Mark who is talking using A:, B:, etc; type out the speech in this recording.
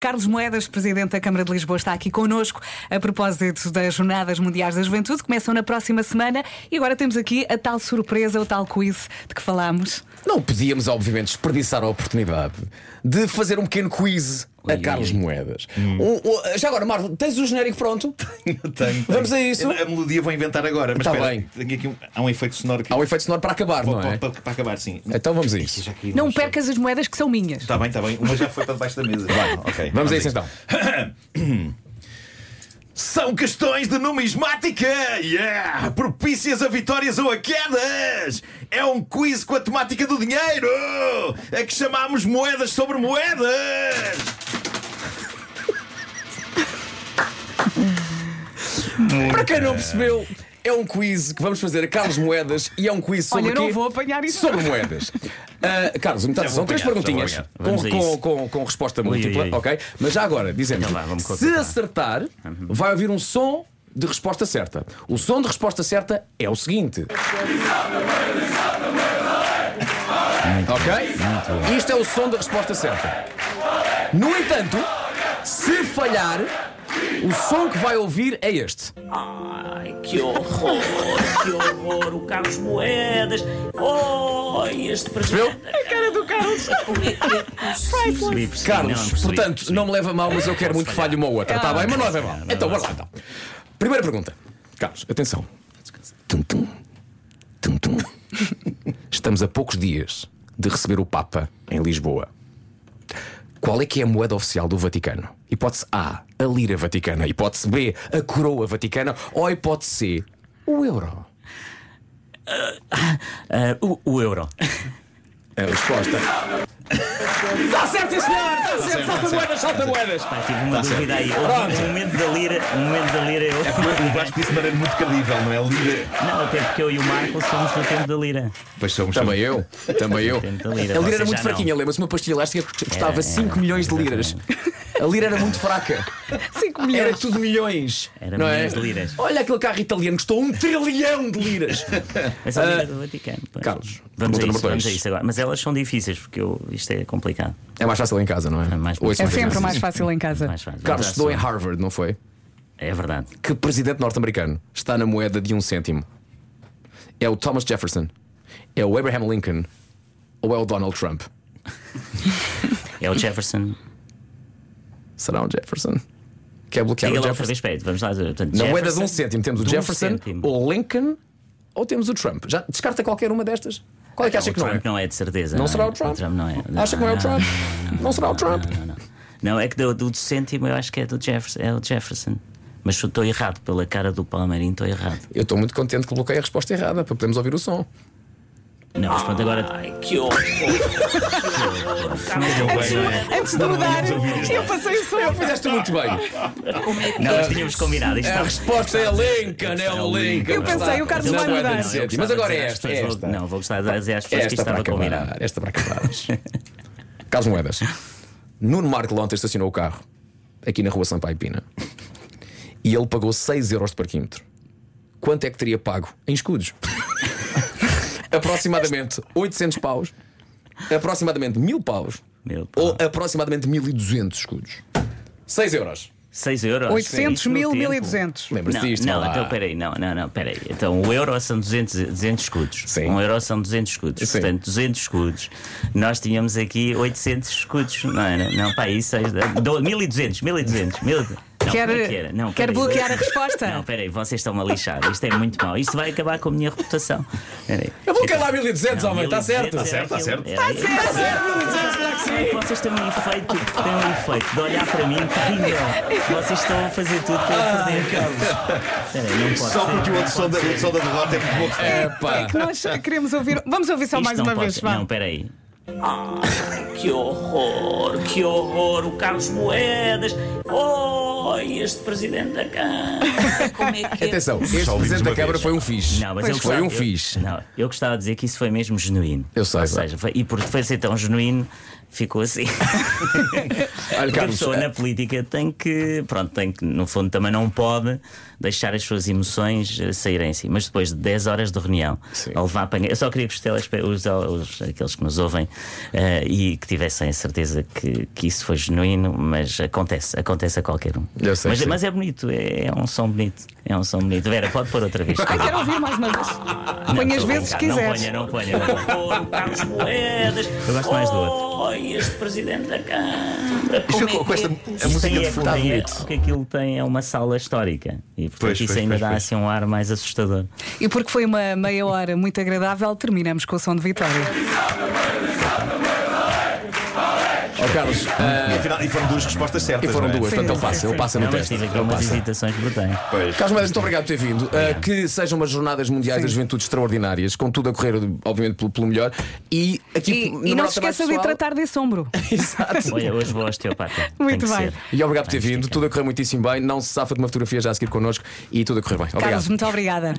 A: Carlos Moedas, Presidente da Câmara de Lisboa, está aqui connosco a propósito das Jornadas Mundiais da Juventude. Começam na próxima semana e agora temos aqui a tal surpresa, o tal quiz de que falámos.
B: Não podíamos, obviamente, desperdiçar a oportunidade de fazer um pequeno quiz a Carlos Moedas. Um- um- já agora, Marco, tens o genérico pronto?
C: Tenho, tenho.
B: Vamos a isso?
C: A melodia vou inventar agora, mas
B: Tá
C: espera,
B: bem.
C: tenho aqui um- há um efeito sonoro que
B: Há um efeito sonoro para acabar, não
C: para,
B: é?
C: para- para acabar, sim.
B: Então vamos a isso.
A: Não percas as moedas que são minhas.
C: Está Tá bem, está bem. Uma já foi para debaixo da mesa. Vai, ok.
B: Vamos a isso então.
C: São questões de numismática! Yeah! Propícias a vitórias ou a quedas! É um quiz com a temática do dinheiro! A que chamamos moedas sobre moedas!
B: Para quem não percebeu, é um quiz que vamos fazer a Carlos Moedas e é um quiz sobre.
A: Olha, eu não
B: quê?
A: vão apanhar isso.
B: é Sobre moedas. Ah, Carlos, muita
C: Já
B: atenção.
C: vou
B: Três
C: apanhar,
B: perguntinhas
C: já vou
B: com,
D: apanhar.
B: com,
D: Vamos a
B: com, com resposta múltipla,
D: ui, ui.
B: ok? Mas já agora, dizemos:
D: Então vá, vamos
B: se
D: concentrar.
B: acertar,
D: Uhum.
B: vai ouvir um som de resposta certa. O som de resposta certa é o seguinte. Ok? Isto é o som da resposta certa. No entanto, se falhar, o som que vai ouvir é este.
E: Ai, que horror, que horror, o Carlos Moedas. Oh, este
B: Percebeu?
E: presente. A cara do Carlos. é
D: Percebi, percebi.
B: Carlos,
D: Não, percebi,
B: portanto,
D: percebi.
B: não me leva a mal, mas eu quero
D: Posso
B: muito que
D: falhar.
B: falhe uma ou outra, está
A: Ah,
B: bem? Mas não
D: não
B: leva a
D: vai
B: mal.
D: falhar, não
B: Então,
D: vai
B: bora lá então. Primeira pergunta. Carlos, atenção. Tum, tum. Tum, tum. Estamos a poucos dias de receber o Papa em Lisboa. Qual é que é a moeda oficial do Vaticano? Hipótese A, a lira vaticana. Hipótese B, a coroa vaticana. Ou hipótese C, o euro. É,
D: Ah, o, o euro.
B: A resposta. Está certo, sim, senhor! Está certo! Salta moedas, salta moedas!
D: Pá, tive
B: Tá
D: uma dúvida aí. Houve um momento da lira, um momento da lira eu.
C: O Vasco disse de maneira muito credível, não é? Lira.
D: Não, até porque eu e o Marco somos do tempo da lira.
C: Pois somos.
B: Também eu, também eu.
D: Depende da
B: A
D: lira,
B: lira
D: vocês
B: era muito
D: já
B: fraquinha, lembra-se uma pastilha elástica que custava
D: Era,
B: 5 milhões de liras. A lira era muito fraca.
A: 5
B: Era
A: milhões.
B: tudo milhões.
D: Era
B: não
D: milhões
B: é?
D: de liras.
B: Olha aquele carro italiano, custou um trilhão de liras.
D: Mas é a lira do Vaticano. pá.
B: Ah, Carlos,
D: vamos
B: pergunta
D: a,
B: número
D: isso, vamos
B: dois.
D: a isso agora. Mas elas são difíceis porque eu, isto é complicado.
B: É mais fácil em casa, não é?
D: mais
B: Ou
D: fácil.
A: É
B: mais
A: sempre
B: fácil.
A: mais fácil em casa.
D: Mais fácil.
B: Carlos
D: Vamos à
B: estudou em
D: segunda.
B: Harvard, não foi?
D: É verdade.
B: Que presidente norte-americano está na moeda de um cêntimo? É o Thomas Jefferson? É o Abraham Lincoln? Ou é o Donald Trump?
D: É o Jefferson.
B: Será o Jefferson? Quer bloquear
D: Diga
B: o
D: lá outra
B: Jefferson?
D: vez, espera, Vamos lá. Portanto,
B: Na
D: Jefferson,
B: moeda de um cêntimo temos o
D: de um
B: Jefferson,
D: cêntimo.
B: o Lincoln ou temos o Trump. Já descarta qualquer uma destas? Qual é que acha
D: o
B: que não é?
D: Trump não é de certeza.
B: Não
D: é?
B: será o Trump?
D: não é.
B: Acha que não é o Trump? Não será o Trump?
D: Não, não. Não, é que do, do cêntimo eu acho que é do Jefferson. É o Jefferson. Mas eu estou errado pela cara do Palmeirinho, estou errado.
B: Eu estou muito contente que coloquei a resposta errada para podermos ouvir o som.
D: Não, responde agora.
E: Ai, que horror.
A: Antes de mudar, eu passei
B: é
A: o som.
B: Fizeste muito bem.
D: Não, nós tínhamos combinado. Isto
B: A
D: estava-
B: resposta é Lincoln, é o Lincoln.
A: Eu pensei, o Carlos
B: Na
A: vai
B: moeda
A: mudar.
B: de um
D: Eu
B: cêntimo.
D: gostava
B: Mas
D: de
B: agora é
D: dizer às
B: esta. é
D: pessoas,
B: esta.
D: Não, vou gostar de dizer é às pessoas que isto
B: Esta para
D: estava combinado.
B: acabar. Esta para acabar. Carlos Moedas. Nuno Marco ontem estacionou o carro aqui na rua Sampaio Pina e ele pagou 6 euros de parquímetro. Quanto é que teria pago em escudos? aproximadamente 800 paus, aproximadamente 1000 paus
D: Meu pau.
B: ou aproximadamente 1200 escudos. 6 euros.
D: 6 euros.
A: 800
D: Isto no
A: mil,
D: tempo.
A: 1200.
B: Lembra-se
D: Não,
B: disto?
D: não,
B: vá lá.
D: então peraí, não, não, não, peraí. Então o euro são 200, 200 escudos.
B: Sim.
D: Um euro são 200 escudos.
B: Sim.
D: Portanto, 200 escudos. Nós tínhamos aqui 800 escudos, não era? Não, pá, isso é. do- 1200, 1200, 1200. Não,
A: Quer-
D: como é que era? Não,
A: quer
D: peraí.
A: bloquear a resposta?
D: Não, peraí, vocês estão-me a lixar. Isto é muito mau. Isto vai acabar com a minha reputação. Peraí.
B: Eu vou calar 1200,
D: Então, Não,
B: homem, está
D: 1200
B: certo?
D: era
C: certo, tá
D: aquilo,
C: certo.
D: era isso. Ai, Vocês têm um efeito, têm um efeito de olhar para mim terrível. Vocês estão a fazer tudo para eu perder. Peraí, não pode
C: Só
D: ser.
C: porque o outro som da, o som da derrota é muito bom.
B: Epá.
A: Que nós queremos ouvir. Vamos ouvir só
D: Isto
A: Então, mais
D: não
A: uma
D: pode
A: vez.
D: ser.
A: vá.
D: Não, peraí.
E: Ai, que horror, que horror, o Carlos Moedas. Oh, este presidente da Câmara. Como é que é?
B: Atenção, este
C: Só ouvimos
B: presente da
C: uma
B: Câmara
C: vez.
B: foi um fixe.
D: Não, mas
B: Pois
D: eu
B: foi
D: gostava-
B: um
D: eu-
B: fixe.
D: Não, eu gostava de dizer que isso foi mesmo genuíno.
B: Eu sei,
D: Ou
B: claro.
D: seja, foi- e por foi ser tão genuíno, Ficou assim.
B: Olha,
D: Porque a
B: Carlos,
D: pessoa é. na política tem que, pronto, tem que, no fundo, também não pode deixar as suas emoções eh, saírem em si. Mas depois de 10 horas de reunião,
B: Sim.
D: a levar apanha. Eu só queria que os, telespe- os, os- aqueles que nos ouvem eh, e que tivessem a certeza que, que isso foi genuíno, mas acontece, acontece a qualquer um.
B: Eu sei,
D: mas,
B: sim.
D: mas é bonito, é, é um som bonito. É um som bonito. Vera, pode pôr outra vez.
A: Ai, Ah, quero ouvir mais uma vez. Põe as
D: Não,
A: vezes que
D: não
A: quiseres.
D: ponha, Não ponha, não ponha.
E: Ouro, Carlos Moedas.
D: Eu gosto mais do Oh,
E: Oi, este presidente da Câmara.
B: Isto
E: Como
B: com-
E: é
B: com
E: que
B: esta-
E: é
B: a música
D: Tem
B: de
D: é-
B: fundo.
D: tem é-
B: Bonito.
D: porque aquilo tem é uma sala histórica e portanto
C: Pois,
D: isso
C: pois,
D: ainda
C: pois,
D: dá
C: pois.
D: assim um ar mais assustador.
A: E porque foi uma meia hora muito agradável, terminamos com o som de Vitória.
B: ó, Carlos ah,
C: E, afinal- e foram duas respostas certas.
B: e foram
C: não é?
B: duas,
A: né? Sim,
B: portanto ele
A: sim,
B: passa, ele passa no
D: Não, mas
B: teste.
D: tive aqui
B: ele
D: umas
B: passa.
D: hesitações brutais.
C: Pois.
B: Carlos Mendes, muito obrigado por ter vindo. Uh, que sejam umas jornadas mundiais da juventude extraordinárias, com tudo a correr, obviamente, pelo, pelo melhor. E aqui
A: E,
B: numa
A: e não
B: nota
A: se esqueça
B: mais
A: de
B: pessoal-
A: tratar desse ombro.
B: Exato.
D: Olha, hoje vou ao osteopata.
A: Muito
D: Tem que
A: bem.
D: ser.
B: E obrigado por ter vindo, tudo a correr muitíssimo bem. Não se safa de uma fotografia já a seguir connosco e tudo a correr bem. Obrigado.
A: Carlos, muito obrigada.